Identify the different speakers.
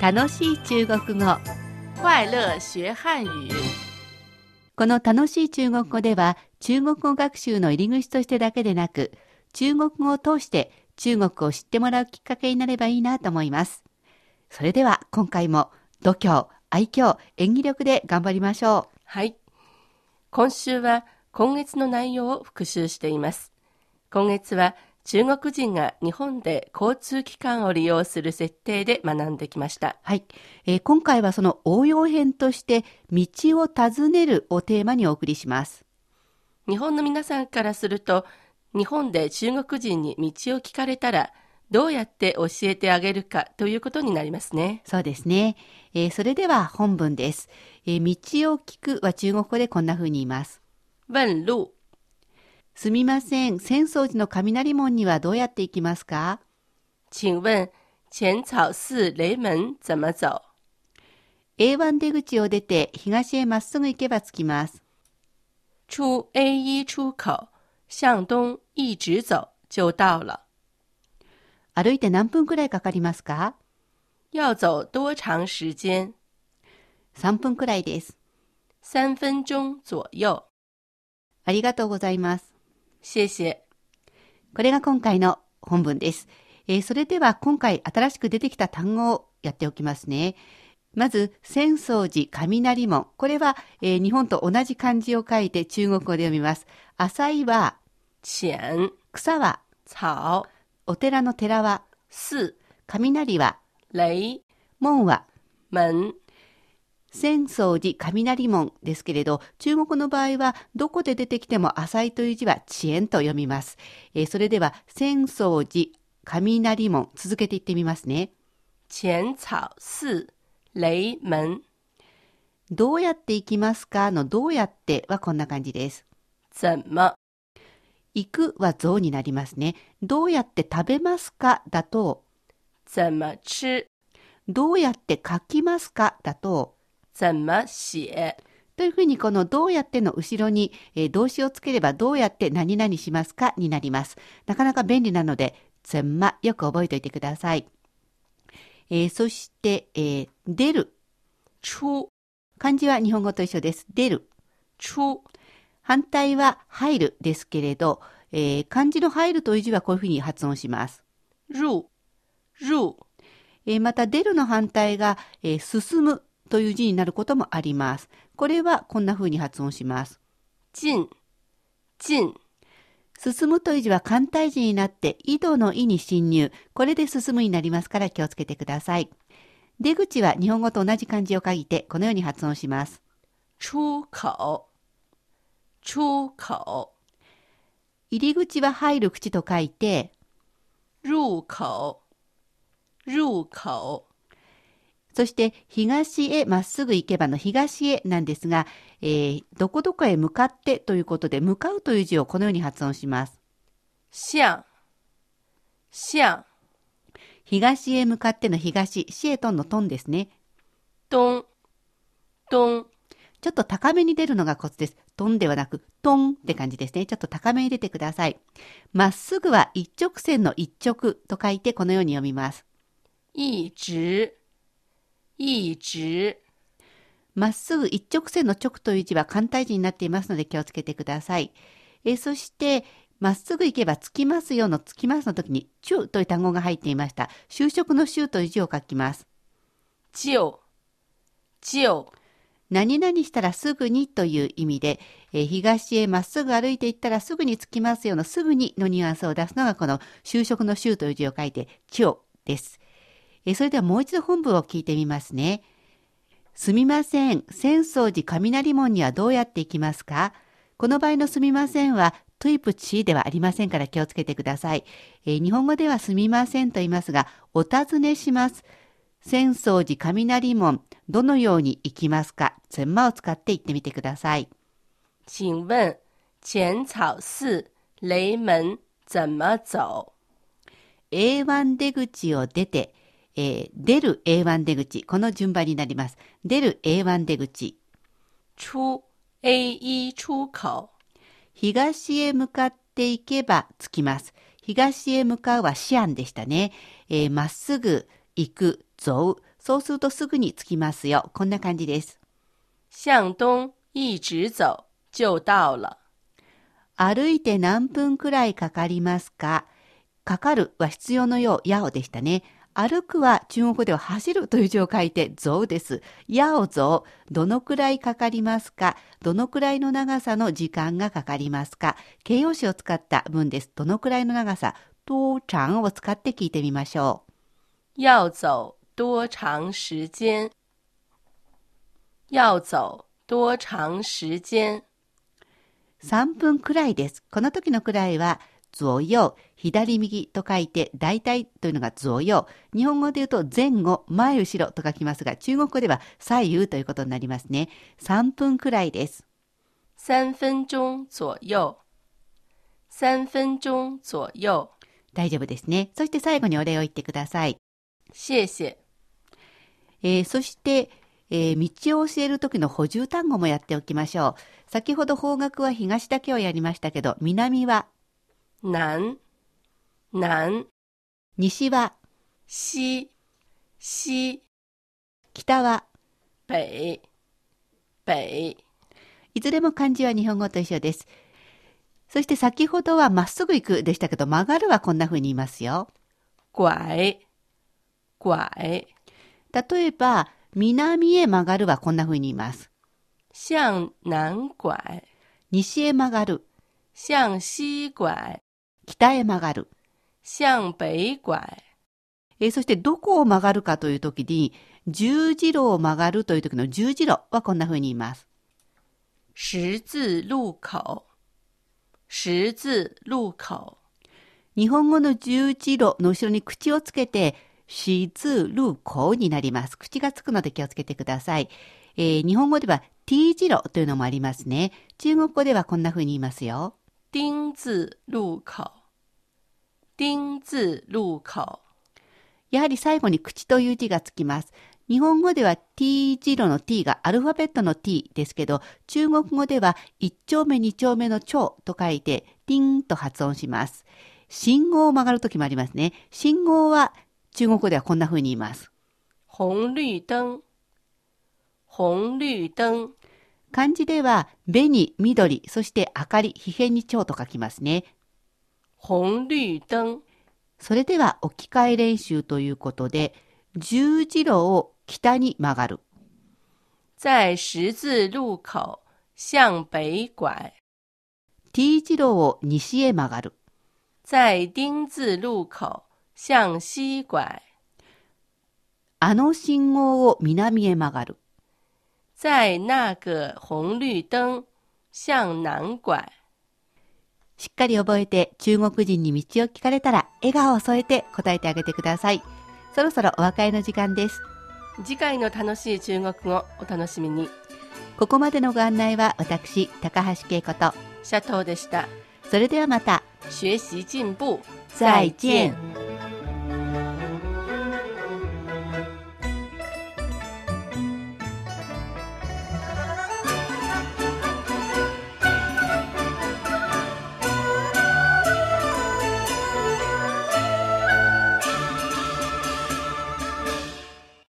Speaker 1: 楽しい中国語
Speaker 2: 快乐学汉语。
Speaker 1: この楽しい中国語では中国語学習の入り口としてだけでなく中国語を通して中国を知ってもらうきっかけになればいいなと思いますそれでは今回も度胸愛嬌演技力で頑張りましょう
Speaker 2: はい。今週は今月の内容を復習しています。今月は中国人が日本で交通機関を利用する設定で学んできました。
Speaker 1: はい、えー今回はその応用編として道を尋ねるをテーマにお送りします
Speaker 2: 日本の皆さんからすると、日本で中国人に道を聞かれたら、どうやって教えてあげるかということになりますね。
Speaker 1: そうですね、えーそれでは本文です、えー道を聞くは中国語でこんな風に言います
Speaker 2: 问路、
Speaker 1: すみません、浅草寺の雷門にはどうやって行きますか
Speaker 2: 请问浅草寺雷门怎么走？
Speaker 1: ?A1 出口を出て東へまっすぐ行けば着きます。
Speaker 2: 出 A 一出口，向东一直走就到了。
Speaker 1: 歩いて何分くらいかかりますか
Speaker 2: 要走多长时间？
Speaker 1: ?3 分くらいです。
Speaker 2: 三分钟左右。
Speaker 1: ありがとうございます。
Speaker 2: 谢谢。
Speaker 1: これが今回の本文です。えーそれでは今回新しく出てきた単語をやっておきますね。まず、浅草寺雷門。これは、えー日本と同じ漢字を書いて中国語で読みます。浅いは、
Speaker 2: 浅
Speaker 1: 草は、
Speaker 2: 草
Speaker 1: お寺の寺は、
Speaker 2: 寺
Speaker 1: 雷は、
Speaker 2: 雷
Speaker 1: 門は、
Speaker 2: 门
Speaker 1: 浅草寺雷門ですけれど、中国の場合は、どこで出てきても浅いという字は遅延と読みます。えーそれでは、浅草寺雷門、続けていってみますね。
Speaker 2: 浅草寺雷门
Speaker 1: どうやって行きますかのどうやってはこんな感じです。
Speaker 2: 怎么
Speaker 1: 行くは像になりますね。どうやって食べますかだと、
Speaker 2: 怎么吃
Speaker 1: どうやって書きますかだと、
Speaker 2: 怎么写
Speaker 1: というふうにこのどうやっての後ろに、えー動詞をつければどうやって何々しますかになります。なかなか便利なので、ぜんまよく覚えておいてください。えーそして、えー出る。
Speaker 2: 出
Speaker 1: 漢字は日本語と一緒です。出る。
Speaker 2: 出
Speaker 1: 反対は入るですけれど、えー漢字の入るという字はこういうふうに発音します。
Speaker 2: 入入
Speaker 1: えーまた出るの反対が、えー進むという字になることもあります。これはこんな風に発音します。
Speaker 2: 进进
Speaker 1: 進むという字は簡体字になって、井戸の井に侵入。これで進むになりますから気をつけてください。出口は日本語と同じ漢字を書いて、このように発音します。
Speaker 2: 出口出口
Speaker 1: 入り口は入る口と書いて、
Speaker 2: 入口入口
Speaker 1: そして東へまっすぐ行けばの東へなんですが、えーどこどこへ向かってということで、向かうという字をこのように発音します。
Speaker 2: 向向
Speaker 1: 東へ向かっての東、シエトンのトンですね。
Speaker 2: 东东
Speaker 1: ちょっと高めに出るのがコツです。トンではなく、トンって感じですね。ちょっと高めに出てください。まっすぐは一直線の一直と書いてこのように読みます。
Speaker 2: 一直一直
Speaker 1: まっすぐ一直線の直という字は簡体字になっていますので気をつけてください。えーそして、まっすぐ行けば着きますよの着きますの時に、中という単語が入っていました。就職の就という字を書きます。
Speaker 2: 就就
Speaker 1: 何々したらすぐにという意味で、えー東へまっすぐ歩いていったらすぐに着きますよのすぐにのニュアンスを出すのがこの就職の就という字を書いて、ちょです。えーそれではもう一度本文を聞いてみますね。すみません。浅草寺雷門にはどうやって行きますかこの場合のすみませんは、トゥイプチーではありませんから気をつけてください。えー日本語ではすみませんと言いますが、お尋ねします。浅草寺雷門、どのように行きますかゼンマを使って言ってみてください。
Speaker 2: 请问浅草寺雷门怎么走？
Speaker 1: A1 出口を出て、えー出る A1 出口、この順番になります。出る A1 出口、
Speaker 2: 出 A 一出口，
Speaker 1: 東へ向かって行けば着きます。東へ向かうはシアンでしたね。えーまっすぐ行く、ぞう。そうするとすぐに着きますよ。こんな感じです。
Speaker 2: 向东一直走就到了。
Speaker 1: 歩いて何分くらいかかりますかかかるは必要のよう、やおでしたね。歩くは中国語では走るという字を書いて、ぞうです。やおぞう。どのくらいかかりますかどのくらいの長さの時間がかかりますか形容詞を使った文です。どのくらいの長さ、とちゃんを使って聞いてみましょう。
Speaker 2: 要走多长时间？要走多长时间？
Speaker 1: 3分くらいです。この時のくらいは、左右、左右と書いて、大体というのが左右。日本語で言うと前後、前後ろと書きますが、中国語では左右ということになりますね。3分くらいです。
Speaker 2: 三分钟左右。三分钟左右。
Speaker 1: 大丈夫ですね。そして最後にお礼を言ってください。
Speaker 2: 谢谢。
Speaker 1: えーそして、えー道を教える時の補充単語もやっておきましょう。先ほど方角は東だけをやりましたけど、南は、
Speaker 2: 南，南
Speaker 1: 西は、
Speaker 2: 西，西
Speaker 1: 北は、
Speaker 2: 北，北。
Speaker 1: いずれも漢字は日本語と一緒です。そして先ほどはまっすぐ行くでしたけど、曲がるはこんな風に言いますよ。
Speaker 2: 拐，拐，
Speaker 1: 例えば、南へ曲がるはこんな風に言います。
Speaker 2: 向南拐，
Speaker 1: 西へ曲がる、
Speaker 2: 向西拐，
Speaker 1: 北へ曲がる。
Speaker 2: 向北拐。
Speaker 1: えーそしてどこを曲がるかという時に、十字路を曲がるという時の十字路はこんな風に言います。
Speaker 2: 十字路口，十字路口。
Speaker 1: 日本語の十字路の後ろに口をつけて、しずるこうになります。口がつくので気をつけてください。えー日本語では T 字路というのもありますね。中国語ではこんな風に言いますよ。
Speaker 2: 丁字路口，丁字路口，
Speaker 1: やはり最後に口という字がつきます。日本語では T 字路の T がアルファベットの T ですけど、中国語では1丁目2丁目の丁と書いて、ティンと発音します。信号を曲がるときもありますね。信号は中国語ではこんな風に言います。
Speaker 2: 红绿灯，红绿灯，
Speaker 1: 漢字では、紅、緑、そして明かり、皮変に蝶と書きますね。
Speaker 2: 红绿灯。
Speaker 1: それでは置き換え練習ということで、十字路を北に曲がる。
Speaker 2: 在十字路口向北拐，
Speaker 1: T 字路を西へ曲がる。
Speaker 2: 在丁字路口向西拐，
Speaker 1: あの信号を南へ曲がる。
Speaker 2: 在那个红绿灯向南拐。
Speaker 1: しっかり覚えて中国人に道を聞かれたら笑顔を添えて答えてあげてください。そろそろお別れの時間です。
Speaker 2: 次回の楽しい中国語お楽しみに。
Speaker 1: ここまでのご案内は私、高橋恵子と、
Speaker 2: シャトーでした。
Speaker 1: それではまた。
Speaker 2: 学习进步，
Speaker 1: 再见。